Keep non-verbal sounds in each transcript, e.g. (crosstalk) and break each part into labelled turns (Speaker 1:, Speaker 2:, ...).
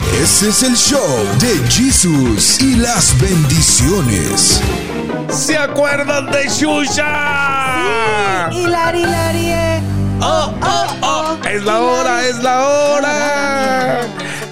Speaker 1: Ese es el show de Jesús y las bendiciones.
Speaker 2: ¿Se acuerdan de Xuxa?
Speaker 3: Hilari, Hilari. eh.
Speaker 2: Oh, oh, oh. Es la hora, es la hora.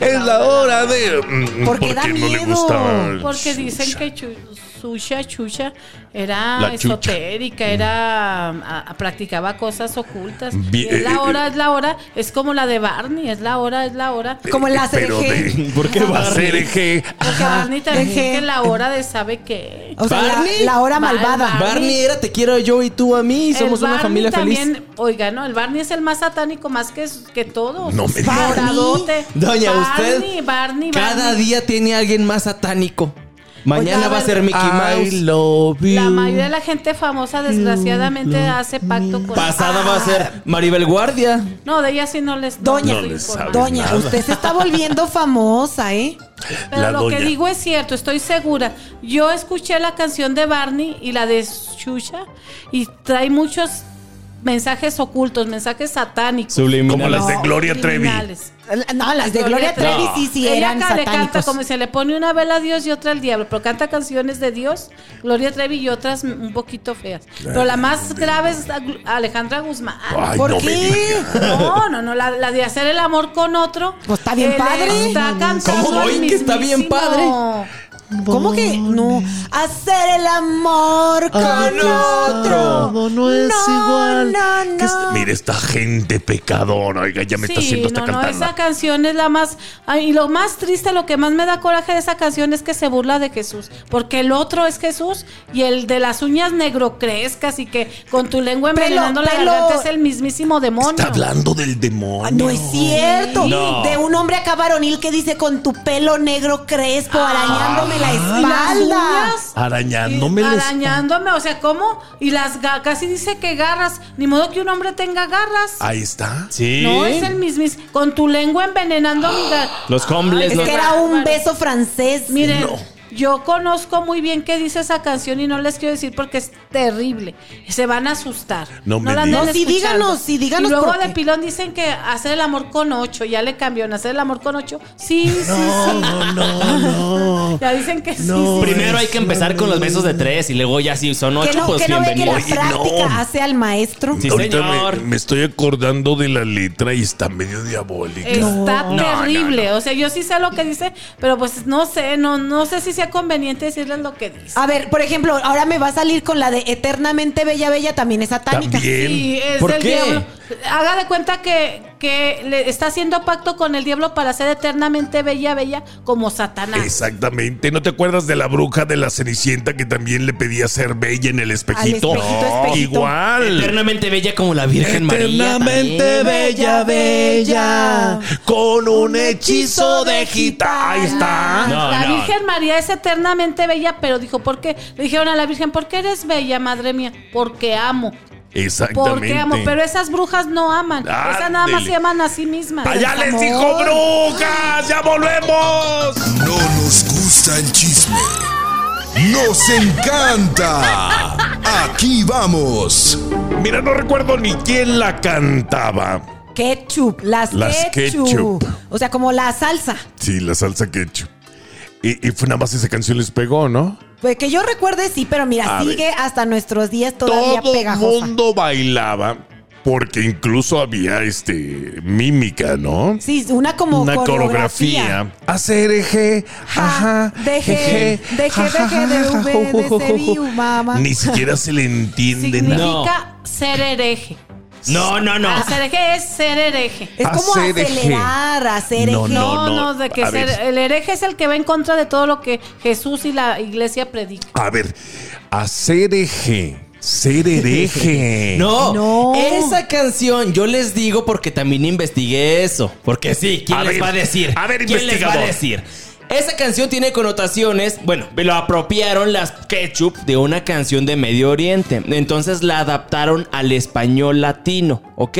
Speaker 2: Es la hora de. Mm,
Speaker 3: Porque da
Speaker 2: le
Speaker 3: miedo.
Speaker 2: gustaba
Speaker 4: Porque dicen
Speaker 2: Xuxa?
Speaker 4: que chu- Xuxa, Xuxa era
Speaker 2: La chucha. Mm.
Speaker 4: esotérica, era a- a- practicaba cosas ocultas.
Speaker 2: Bien,
Speaker 4: es
Speaker 2: eh,
Speaker 4: la hora,
Speaker 2: eh.
Speaker 4: es la hora, es como la de Barney, es la hora, es la hora.
Speaker 3: Como la
Speaker 2: Pero
Speaker 3: CDG.
Speaker 2: de.
Speaker 5: ¿Por qué
Speaker 2: La CRG.
Speaker 4: Porque Barney también
Speaker 3: dejé.
Speaker 4: que la hora de sabe qué.
Speaker 3: O sea, la,
Speaker 5: Barney.
Speaker 3: la hora
Speaker 4: Bar-
Speaker 3: malvada.
Speaker 4: Bar-
Speaker 5: Barney era te quiero yo y tú a mí y
Speaker 4: El
Speaker 5: somos una
Speaker 4: Barney
Speaker 5: familia feliz.
Speaker 4: también, Oiga, no, el Barney es el más satánico más que, que todos.
Speaker 2: No me
Speaker 3: digas.
Speaker 4: Doradote.
Speaker 5: Doña, usted
Speaker 4: Barney, Barney,
Speaker 5: cada
Speaker 4: Barney.
Speaker 5: día tiene a alguien más satánico. Mañana
Speaker 3: Oiga,
Speaker 5: va a ser Mickey Mouse.
Speaker 2: I love you.
Speaker 4: La mayoría de la gente famosa desgraciadamente
Speaker 5: Mm,
Speaker 4: hace pacto con
Speaker 5: Pasada va a
Speaker 4: Ah.
Speaker 5: ser Maribel Guardia.
Speaker 4: No, de ella sí no les
Speaker 3: Doña,
Speaker 4: no les
Speaker 2: les
Speaker 4: informan.
Speaker 2: sabe.
Speaker 3: Doña,
Speaker 2: Nada.
Speaker 3: usted se está volviendo famosa, ¿eh?
Speaker 4: Pero
Speaker 2: La
Speaker 4: lo que
Speaker 2: doña.
Speaker 4: digo es cierto, estoy segura. Yo escuché la canción de Barney y la de Xuxa y trae muchos mensajes ocultos, mensajes satánicos.
Speaker 2: Como las de
Speaker 3: No,
Speaker 2: Gloria Trevi.
Speaker 4: criminales.
Speaker 3: No, las de Gloria
Speaker 4: Gloria
Speaker 3: Trevi sí,
Speaker 4: Trevi.
Speaker 3: sí,
Speaker 4: Ella
Speaker 3: eran
Speaker 4: ca- le canta
Speaker 3: satánicos.
Speaker 4: como se le pone una vela a Dios y otra al diablo, pero canta canciones de Dios, Gloria Trevi y otras un poquito feas. Pero la más grave es a- Alejandra Guzmán.
Speaker 2: Ay,
Speaker 3: ¿Por
Speaker 2: no me
Speaker 3: qué?
Speaker 2: digas.
Speaker 4: No, no, no, la, la de hacer el amor con otro.
Speaker 3: Pues está bien
Speaker 4: Eh,
Speaker 3: padre.
Speaker 4: Está cantando
Speaker 5: ¿Cómo
Speaker 4: al
Speaker 5: voy que está bien
Speaker 4: mismísimo-
Speaker 5: padre?
Speaker 3: ¿Cómo que no? Hacer el amor con otro.
Speaker 5: todo no es igual.
Speaker 3: No, no,
Speaker 2: Este- Mira, esta gente pecadora. Oiga, ya me está
Speaker 4: Sí,
Speaker 2: haciendo esta
Speaker 4: no, no,
Speaker 2: cantada.
Speaker 4: esa canción es la más... ay, y lo más triste, lo que más me da coraje de esa canción es que se burla de Jesús. Porque el otro es Jesús y el de las uñas negrocrescas y que con tu lengua
Speaker 3: Pelo,
Speaker 4: envenenando la
Speaker 3: pelo.
Speaker 4: garganta es el mismísimo demonio.
Speaker 2: Está hablando del demonio.
Speaker 3: Ah, No es cierto.
Speaker 5: No.
Speaker 3: De un hombre acá varonil que dice con tu pelo negro crespo
Speaker 4: Ah.
Speaker 3: arañándome la
Speaker 4: Y las
Speaker 3: espalda.
Speaker 4: uñas
Speaker 2: Arañándome la espalda.
Speaker 4: arañándome, o sea, ¿cómo? Y las ga- casi dice que garras, ni modo que un hombre tenga garras.
Speaker 2: Ahí está.
Speaker 5: Sí.
Speaker 4: No, es el mismis. Con tu lengua envenenando
Speaker 2: Ah.
Speaker 4: mi gar-
Speaker 5: Los homeless,
Speaker 3: Es
Speaker 5: los-
Speaker 3: que era un
Speaker 4: Bárbaro.
Speaker 3: beso francés.
Speaker 4: Miren,
Speaker 2: No.
Speaker 4: yo conozco muy bien qué dice esa canción y no les quiero decir porque es terrible. Se van a asustar.
Speaker 2: No me digas.
Speaker 4: la anden
Speaker 3: No, sí,
Speaker 4: escuchando.
Speaker 3: díganos, sí, díganos
Speaker 4: Y luego
Speaker 3: por qué.
Speaker 4: de pilón dicen que hacer el amor con ocho. Ya le cambió en hacer el amor con ocho. Sí, sí, sí.
Speaker 2: No, no, no.
Speaker 4: Ya dicen que sí,
Speaker 2: No.
Speaker 4: sí.
Speaker 5: Primero hay que empezar con los besos de tres y luego ya si son
Speaker 3: Que
Speaker 5: ocho,
Speaker 3: no,
Speaker 5: pues
Speaker 3: que no ve que la
Speaker 5: bienvenidos.
Speaker 2: bienvenido. Oye,
Speaker 3: práctica
Speaker 2: no.
Speaker 3: hace al maestro.
Speaker 5: Sí,
Speaker 2: Ahorita
Speaker 5: señor.
Speaker 2: Me, me estoy acordando de la letra y está medio diabólica.
Speaker 4: Está
Speaker 2: No,
Speaker 4: terrible.
Speaker 2: no, no.
Speaker 4: O sea, yo sí sé lo que dice, pero pues no sé, no, no sé si sea conveniente decirles lo que dice.
Speaker 3: A ver, por ejemplo, ahora me va a salir con la de eternamente bella bella también es satánica.
Speaker 2: También.
Speaker 4: Sí, es
Speaker 5: ¿Por
Speaker 4: del
Speaker 5: qué?
Speaker 4: diablo. Haga de cuenta que, que le está haciendo pacto con el diablo para ser eternamente bella, bella como Satanás.
Speaker 2: Exactamente. ¿No te acuerdas de la bruja de la Cenicienta que también le pedía ser bella en el espejito?
Speaker 3: Al espejito,
Speaker 2: No,
Speaker 3: espejito.
Speaker 2: Igual.
Speaker 5: Eternamente bella como la Virgen María.
Speaker 2: Eternamente
Speaker 5: también.
Speaker 2: bella, bella. Con un hechizo de gitana. Ahí está.
Speaker 5: No,
Speaker 4: la
Speaker 5: no.
Speaker 4: Virgen María es eternamente bella, pero dijo, ¿por qué? Le dijeron a la Virgen, ¿por qué eres bella, madre mía? Porque amo.
Speaker 2: Exactamente.
Speaker 4: Porque amo. Pero esas brujas no aman. Esas nada más
Speaker 2: Ándele.
Speaker 4: se aman a sí mismas.
Speaker 2: ¡Allá les
Speaker 3: amor.
Speaker 2: dijo brujas! ¡Ya volvemos!
Speaker 1: No nos gusta el chisme. Nos encanta. Aquí vamos.
Speaker 2: Mira, no recuerdo ni quién la cantaba.
Speaker 3: Ketchup, las,
Speaker 2: Las
Speaker 3: ketchup.
Speaker 2: ketchup.
Speaker 3: O sea, como la salsa.
Speaker 2: Sí, la salsa ketchup. Y, y fue nada más esa canción les pegó, ¿no?
Speaker 3: Pues que yo recuerde, sí, pero mira,
Speaker 2: A ver.
Speaker 3: sigue hasta nuestros días todavía
Speaker 2: Todo el
Speaker 3: pegajosa.
Speaker 2: mundo bailaba porque incluso había este mímica, ¿no?
Speaker 3: Sí, una como
Speaker 2: Una
Speaker 3: coreografía.
Speaker 2: coreografía. Hacer eje, jaja,
Speaker 3: Deje,
Speaker 2: jeje,
Speaker 3: deje,
Speaker 2: jajaja,
Speaker 3: deje de V, de
Speaker 2: jajaja.
Speaker 3: Seviu, mamá.
Speaker 2: Ni siquiera se le entiende
Speaker 4: Significa
Speaker 2: nada.
Speaker 4: ser hereje.
Speaker 5: No, no,
Speaker 2: Ah.
Speaker 5: no.
Speaker 4: Hacer hereje es ser hereje.
Speaker 3: Es como
Speaker 2: Hacer eje.
Speaker 3: acelerar, hacer
Speaker 2: No,
Speaker 3: eje.
Speaker 2: no.
Speaker 4: No, no, de que
Speaker 2: a
Speaker 4: ser-
Speaker 2: ver.
Speaker 4: el hereje es el que va en contra de todo lo que Jesús y la iglesia predican.
Speaker 2: A ver, hacer eje, ser hereje.
Speaker 5: (laughs) No,
Speaker 3: No.
Speaker 5: esa canción yo les digo porque también investigué eso. Porque sí, ¿quién
Speaker 2: A
Speaker 5: les
Speaker 2: ver,
Speaker 5: va a decir?
Speaker 2: a ver,
Speaker 5: ¿Quién les va a
Speaker 2: investigador.
Speaker 5: decir? Esa canción tiene connotaciones, bueno, lo apropiaron las ketchup de una canción de Medio Oriente. Entonces la adaptaron al español latino, ¿ok?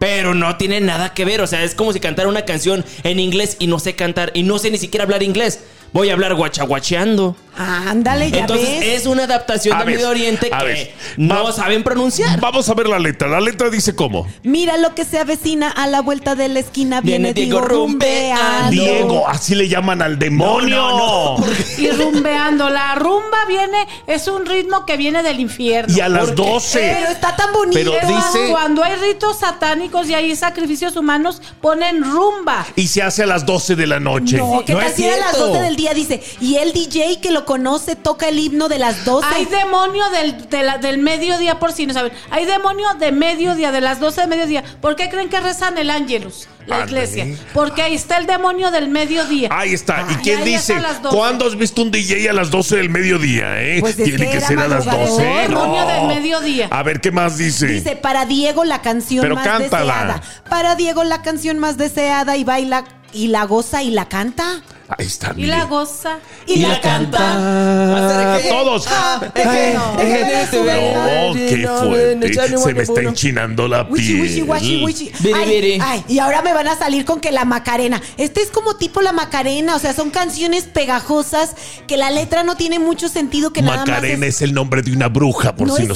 Speaker 5: Pero no tiene nada que ver, o sea, es como si cantara una canción en inglés y no sé cantar y no sé ni siquiera hablar inglés. Voy a hablar guachaguacheando.
Speaker 3: Ándale, ya
Speaker 5: Entonces
Speaker 3: ves.
Speaker 5: es una adaptación
Speaker 2: A
Speaker 5: de
Speaker 2: ver,
Speaker 5: Medio Oriente
Speaker 2: a
Speaker 5: que
Speaker 2: ver.
Speaker 5: no
Speaker 2: Va-
Speaker 5: saben pronunciar.
Speaker 2: Vamos a ver la letra. La letra dice cómo.
Speaker 3: Mira lo que se avecina a la vuelta de la esquina.
Speaker 5: Viene
Speaker 3: Viene,
Speaker 5: Diego
Speaker 3: Diego, rumbeando.
Speaker 2: Diego, así le llaman al demonio.
Speaker 5: No, no, no.
Speaker 4: Y rumbeando. La rumba viene, es un ritmo que viene del infierno.
Speaker 2: Y a las
Speaker 5: Porque-
Speaker 2: 12.
Speaker 3: Pero está tan bonito.
Speaker 2: Pero
Speaker 4: Es más,
Speaker 2: dice-
Speaker 4: Cuando hay ritos satánicos y hay sacrificios humanos, ponen rumba.
Speaker 2: Y se hace a las 12 de la noche.
Speaker 3: No, que
Speaker 5: No
Speaker 3: tal
Speaker 5: es
Speaker 3: si era las
Speaker 5: cierto.
Speaker 3: 12 del día, dice. Y el DJ que lo conoce toca el himno de las 12.
Speaker 4: Hay demonio del, de la- del mediodía por si no saben. Hay demonio de mediodía, de las 12 de mediodía. ¿Por qué creen que rezan el ángelus, la
Speaker 2: Ándale.
Speaker 4: iglesia? Porque ahí está el demonio del mediodía.
Speaker 2: Ahí está. ¿Y quién
Speaker 4: ahí está
Speaker 2: dice?
Speaker 4: a las 12.
Speaker 2: ¿Cuándo has visto un DJ a las 12 del mediodía, eh?
Speaker 3: Pues es
Speaker 2: Tiene
Speaker 3: que
Speaker 2: que
Speaker 3: era
Speaker 2: ser a las
Speaker 3: madrugador,
Speaker 2: 12.
Speaker 4: demonio
Speaker 2: No.
Speaker 4: del mediodía.
Speaker 2: A ver, ¿qué más dice?
Speaker 3: Dice para Diego la canción
Speaker 2: Pero
Speaker 3: más
Speaker 2: cántala.
Speaker 3: deseada. Para Diego la canción más deseada y baila y la goza y la canta.
Speaker 2: Ahí está.
Speaker 4: Y la goza.
Speaker 3: Y la canta.
Speaker 5: Hacer que-
Speaker 2: Todos.
Speaker 5: Ah, es que-
Speaker 3: No.
Speaker 5: es que no se ve.
Speaker 2: No, qué fuerte. Se me está enchinando la
Speaker 3: Wichi, wichi, washi,
Speaker 2: piel. Mm.
Speaker 3: wichi.
Speaker 5: Biri,
Speaker 3: Ay,
Speaker 5: biri.
Speaker 3: ay, y ahora me van a salir con que la Macarena. Este es como tipo la Macarena, o sea, son canciones pegajosas que la letra no tiene mucho sentido, que nada más.
Speaker 2: Macarena es el nombre de una bruja, por
Speaker 3: No
Speaker 2: si
Speaker 3: es
Speaker 2: no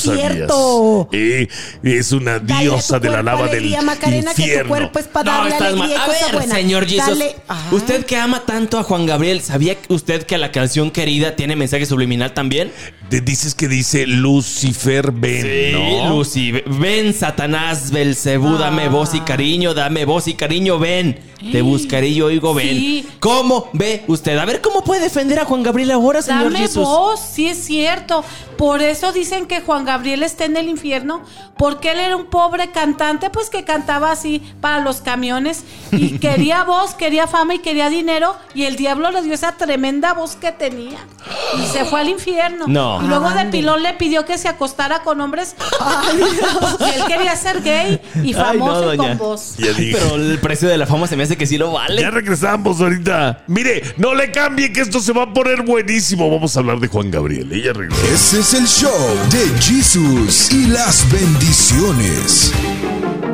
Speaker 2: sabías.
Speaker 3: cierto.
Speaker 2: Eh, es una
Speaker 3: Dale a tu
Speaker 2: diosa de la
Speaker 3: cuerpo
Speaker 2: lava del
Speaker 3: alegría, Macarena, que tu
Speaker 2: infierno.
Speaker 3: cuerpo es para
Speaker 5: No,
Speaker 3: darle
Speaker 5: estás mal.
Speaker 3: alegría y
Speaker 5: A
Speaker 3: cosa
Speaker 5: ver,
Speaker 3: buena.
Speaker 5: señor Jesus.
Speaker 3: Dale- Ah.
Speaker 5: Usted que ama tanto a Juan Gabriel, ¿sabía usted que la canción querida tiene mensaje subliminal también?
Speaker 2: Te dices que dice Lucifer ven, ¿no?
Speaker 5: Eh, Lucy, ve- ven, Satanás, Belcebú, dame voz
Speaker 3: Ah.
Speaker 5: y cariño, dame voz y cariño, ven. Te buscaré y oigo, ven.
Speaker 4: Sí.
Speaker 5: ¿Cómo ve usted? A ver, ¿cómo puede defender a Juan Gabriel ahora, señor
Speaker 4: Dame
Speaker 5: Jesús?
Speaker 4: voz, sí es cierto. Por eso dicen que Juan Gabriel está en el infierno, porque él era un pobre cantante, pues que cantaba así para los camiones y quería voz, quería fama y quería dinero y el diablo le dio esa tremenda voz que tenía y se fue al infierno.
Speaker 5: No.
Speaker 4: Y luego de pilón le pidió que se acostara con hombres (laughs) porque él quería ser gay y
Speaker 5: Ay, no,
Speaker 4: famoso y
Speaker 5: doña.
Speaker 4: con voz.
Speaker 2: Ya dije.
Speaker 5: Pero el precio de la fama se me hace que sí lo vale.
Speaker 2: Ya regresamos ahorita. Mire, no le cambie que esto se va a poner buenísimo. Vamos a hablar de Juan Gabriel. Ella regresó.
Speaker 1: Ese es el show de Jesús y las bendiciones.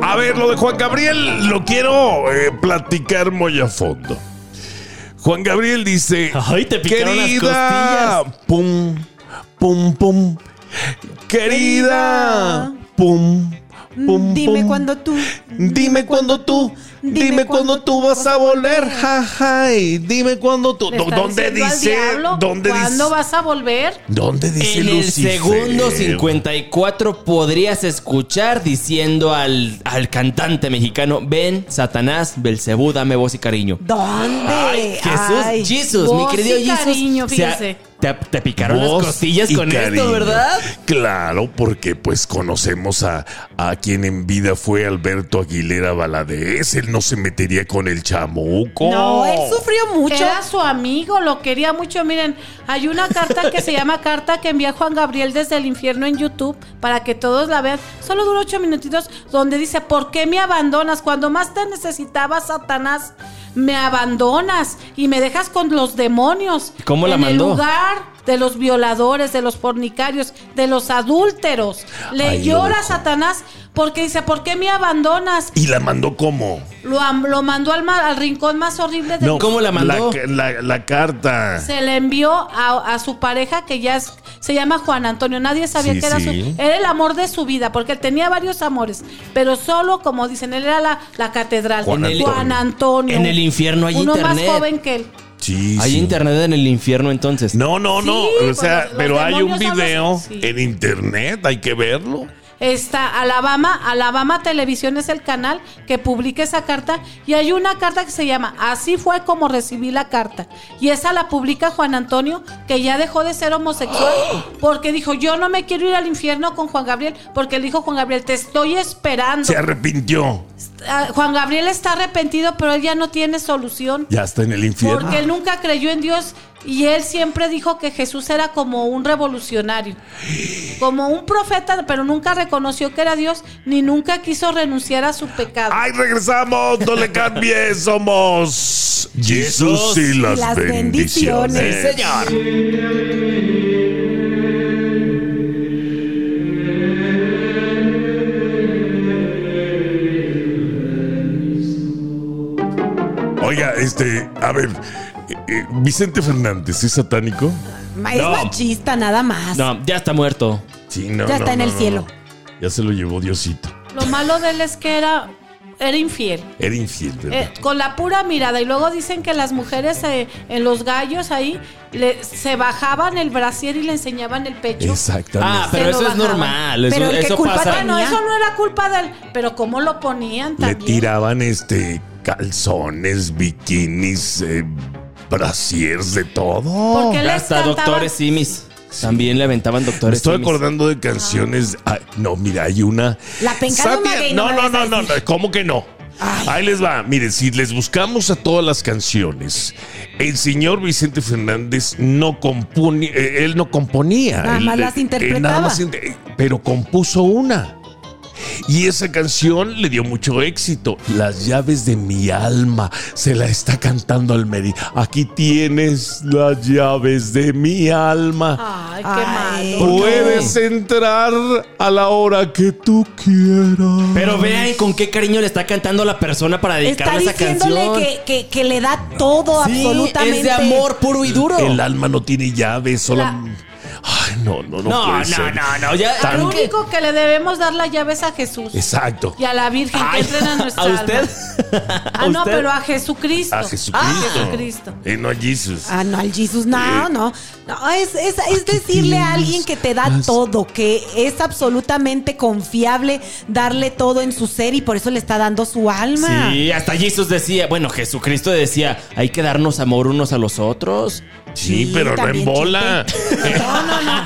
Speaker 2: A ver, lo de Juan Gabriel lo quiero eh, platicar muy a fondo. Juan Gabriel
Speaker 5: (laughs)
Speaker 2: dice,
Speaker 5: Ay, te picaron las
Speaker 2: querida, pum, pum, pum, querida,
Speaker 3: Querida,
Speaker 2: pum,
Speaker 4: Mm,
Speaker 2: pum,
Speaker 3: Dime
Speaker 2: pum.
Speaker 3: cuando tú.
Speaker 2: Dime cuando tú, dime cuando tú vas a volver, jaja, y dime cuando tú.
Speaker 4: Le está
Speaker 2: ¿Dónde
Speaker 4: diciendo al
Speaker 2: dice?
Speaker 4: diablo,
Speaker 2: ¿Dónde dice?
Speaker 4: ¿Cuándo vas a volver?
Speaker 2: ¿Dónde dice
Speaker 5: En el
Speaker 2: Lucifer?
Speaker 5: segundo 54 podrías escuchar diciendo al, al cantante mexicano, ven, Satanás, Belcebú, dame voz y cariño.
Speaker 3: ¿Dónde?
Speaker 5: Ay, Jesús,
Speaker 3: Ay.
Speaker 5: Jesús, mi
Speaker 4: voz
Speaker 5: querido
Speaker 4: y
Speaker 5: Jesús.
Speaker 4: cariño,
Speaker 5: O sea,
Speaker 4: fíjese.
Speaker 5: te, te picaron
Speaker 2: Voz
Speaker 5: las costillas
Speaker 2: y
Speaker 5: con
Speaker 2: cariño.
Speaker 5: esto, ¿verdad?
Speaker 2: Claro, porque pues conocemos a, a quien en vida fue Alberto Aguilera Valadez. Él no se metería con el chamuco.
Speaker 3: No,
Speaker 5: Oh.
Speaker 3: él sufrió mucho.
Speaker 4: Era su amigo, lo quería mucho. Miren, hay una carta que se llama Carta que envía Juan Gabriel desde el infierno en YouTube para que todos la vean. Solo dura ocho minutitos, donde dice: ¿Por qué me abandonas? Cuando más te necesitaba, Satanás, me abandonas y me dejas con los demonios.
Speaker 5: ¿Cómo la
Speaker 4: en
Speaker 5: mandó?
Speaker 4: El lugar de los violadores, de los fornicarios, de los adúlteros. Le
Speaker 2: Ay,
Speaker 4: llora
Speaker 2: loco.
Speaker 4: Satanás porque dice, ¿por qué me abandonas?
Speaker 2: Y la mandó como.
Speaker 4: Lo, am- lo mandó al, ma- al rincón más horrible de
Speaker 5: ¿Cómo la mandó?
Speaker 2: La, la- la carta.
Speaker 4: se le envió a, a su pareja que ya es- se llama Juan Antonio. Nadie sabía
Speaker 2: Sí,
Speaker 4: que era
Speaker 2: sí.
Speaker 4: su. Era el amor de su vida, porque él tenía varios amores, pero solo, como dicen, él era la, la catedral.
Speaker 2: Juan
Speaker 4: Juan,
Speaker 2: Antonio.
Speaker 4: Antonio.
Speaker 5: En el infierno hay
Speaker 4: Uno
Speaker 5: internet.
Speaker 4: más joven que él.
Speaker 2: Sí,
Speaker 5: Hay
Speaker 2: sí.
Speaker 5: internet en el infierno entonces.
Speaker 2: No, no, no.
Speaker 4: Sí,
Speaker 2: o sea,
Speaker 4: pues, los
Speaker 2: pero hay un
Speaker 4: demonios son los-
Speaker 2: video
Speaker 4: Sí.
Speaker 2: en internet, hay que verlo.
Speaker 4: Está Alabama, Alabama Televisión es el canal que publica esa carta y hay una carta que se llama Así fue como recibí la carta y esa la publica Juan Antonio que ya dejó de ser homosexual porque dijo yo no me quiero ir al infierno con Juan Gabriel porque le dijo Juan Gabriel te estoy esperando.
Speaker 2: Se arrepintió.
Speaker 4: Ah, Juan Gabriel está arrepentido pero él ya no tiene solución
Speaker 2: Ya está en el infierno.
Speaker 4: porque él nunca creyó en Dios y él siempre dijo que Jesús era como un revolucionario, como un profeta, pero nunca reconoció que era Dios ni nunca quiso renunciar a su pecado.
Speaker 2: ¡Ay, regresamos! ¡No le cambies! Somos Jesús y las,
Speaker 3: las
Speaker 2: bendiciones.
Speaker 3: bendiciones.
Speaker 5: Sí, señor.
Speaker 2: Oiga, este, a ver, eh, eh, Vicente Fernández, ¿es satánico?
Speaker 3: Ma- Es
Speaker 5: No.
Speaker 3: machista, nada más.
Speaker 5: No, ya está muerto.
Speaker 2: Sí, no, no,
Speaker 3: Ya está en
Speaker 2: no,
Speaker 3: el
Speaker 2: no,
Speaker 3: cielo.
Speaker 2: no. Ya se lo llevó Diosito.
Speaker 4: Lo malo de él es que era, era infiel.
Speaker 2: Era infiel, ¿verdad?
Speaker 4: Eh, con la pura mirada. Y luego dicen que las mujeres eh, en los gallos ahí le- se bajaban el brasier y le enseñaban el pecho.
Speaker 2: Exactamente.
Speaker 5: Ah, pero
Speaker 4: lo
Speaker 5: eso es
Speaker 4: bajaban.
Speaker 5: normal. Eso,
Speaker 3: Pero, ¿qué
Speaker 5: eso
Speaker 3: culpa
Speaker 5: pasa.
Speaker 4: Bueno,
Speaker 3: tenía?
Speaker 4: eso no era culpa de él, pero cómo lo ponían
Speaker 2: Le
Speaker 4: también.
Speaker 2: tiraban este calzones, bikinis, eh, brasiers, de todo.
Speaker 4: Porque les
Speaker 5: Hasta
Speaker 4: cantaba-
Speaker 5: doctores simis. También le aventaban
Speaker 2: Me
Speaker 5: doctores
Speaker 2: estoy
Speaker 5: simis.
Speaker 2: acordando de canciones. ah, no, mira, hay una.
Speaker 3: La pencada
Speaker 2: Sapia-
Speaker 3: Maguey, no
Speaker 2: No,
Speaker 3: me
Speaker 2: no,
Speaker 3: vas a
Speaker 2: no, no, no.
Speaker 3: decir.
Speaker 2: ¿Cómo que no? Ahí les va. Mire, si les buscamos a todas las canciones, el señor Vicente Fernández no compone, eh, él no componía.
Speaker 3: Nada
Speaker 2: Él,
Speaker 3: más las
Speaker 2: eh,
Speaker 3: interpretaba.
Speaker 2: eh, nada más inte- eh, pero compuso una. Y esa canción le dio mucho éxito. Las llaves de mi alma. Se la está cantando al Meri. Aquí tienes las llaves de mi alma.
Speaker 3: Ah.
Speaker 4: Ay, qué
Speaker 3: Ay.
Speaker 4: malo.
Speaker 2: Puedes entrar a la hora que tú quieras.
Speaker 5: Pero vean con qué cariño le está cantando la persona para
Speaker 3: Está
Speaker 5: dedicarle esa
Speaker 3: diciéndole
Speaker 5: canción.
Speaker 3: que, que- que le da todo
Speaker 5: Sí,
Speaker 3: absolutamente.
Speaker 5: Es de amor puro y duro.
Speaker 2: el alma no tiene llave, solo. Ay, no, no, no.
Speaker 5: No,
Speaker 2: puede
Speaker 5: no,
Speaker 2: ser.
Speaker 5: no, no, ya-
Speaker 4: Al
Speaker 2: Tan-
Speaker 5: Creo que-
Speaker 4: único que le debemos dar la llave es a Jesús
Speaker 2: Exacto.
Speaker 4: y a la Virgen que
Speaker 5: Ay,
Speaker 4: entren a nuestra
Speaker 5: ¿A usted?
Speaker 4: alma. Ah,
Speaker 5: ¿A
Speaker 4: no,
Speaker 5: usted?
Speaker 4: pero a Jesucristo.
Speaker 2: A Ah, Jesucristo.
Speaker 4: A Jesucristo.
Speaker 2: Y no a Jesús.
Speaker 3: Ah, no, al Jesus, no, no. No, es, es, es decirle a alguien que te da todo, que es absolutamente confiable darle todo en su ser y por eso le está dando su alma.
Speaker 5: Sí, hasta Jesús decía, bueno, Jesucristo decía, hay que darnos amor unos a los otros.
Speaker 2: sí,
Speaker 3: sí,
Speaker 2: pero no en
Speaker 3: también
Speaker 2: bola.
Speaker 4: No, no, no.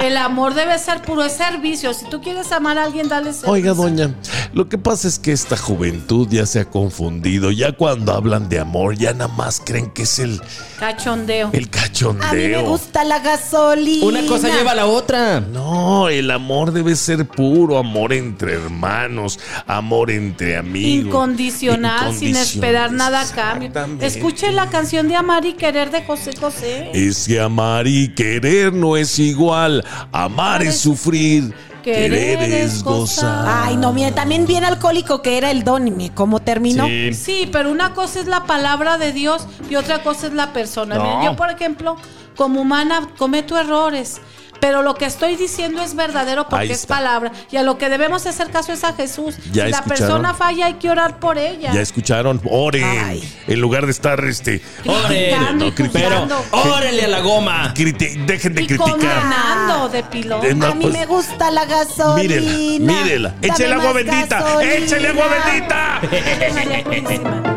Speaker 4: El amor debe ser puro, es servicio. Si tú quieres amar a alguien, dale servicio.
Speaker 2: Oiga, doña, lo que pasa es que esta juventud ya se ha confundido. Ya cuando hablan de amor, ya nada más creen que es el,
Speaker 4: Cachondeo.
Speaker 2: el cachondeo.
Speaker 3: A mí me gusta la gasolina.
Speaker 5: Una cosa lleva a la otra.
Speaker 2: No, el amor debe ser puro, amor entre hermanos, amor entre amigos.
Speaker 4: Incondicional, sin
Speaker 2: Incondicional,
Speaker 4: esperar nada a cambio.
Speaker 2: exactamente.
Speaker 4: Escuchen la canción de Amar y Querer de José José.
Speaker 2: Es que amar y querer no es igual. Amar es sufrir,
Speaker 4: Querer
Speaker 2: querer
Speaker 4: es
Speaker 2: es gozar.
Speaker 3: Ay, no, mira, también bien alcohólico que era el don, y mira cómo terminó.
Speaker 4: Sí, pero una cosa es la palabra de Dios y otra cosa es la persona.
Speaker 2: No.
Speaker 4: Miren, Yo, por ejemplo, como humana cometo errores, pero lo que estoy diciendo es verdadero
Speaker 2: Ahí
Speaker 4: porque es
Speaker 2: está.
Speaker 4: palabra. Y a lo que debemos hacer caso es a Jesús.
Speaker 2: Ya
Speaker 4: si la
Speaker 2: escucharon.
Speaker 4: persona falla, hay que orar por ella.
Speaker 2: Ya escucharon, oren.
Speaker 3: Ay.
Speaker 2: En lugar de estar este.
Speaker 5: Órale,
Speaker 4: Criticando y
Speaker 2: no, criticar.
Speaker 5: pero
Speaker 4: juzgando.
Speaker 5: órale a la goma.
Speaker 2: ah, criti- dejen de
Speaker 4: y
Speaker 2: criticar.
Speaker 4: condenando de piloto.
Speaker 2: De- no,
Speaker 3: a mí
Speaker 2: pues,
Speaker 3: me gusta la gasolina.
Speaker 2: Mírela, mírela.
Speaker 3: Dame
Speaker 2: Échale agua
Speaker 3: más
Speaker 2: bendita.
Speaker 3: gasolina.
Speaker 2: Échale agua bendita.
Speaker 4: María Purísima.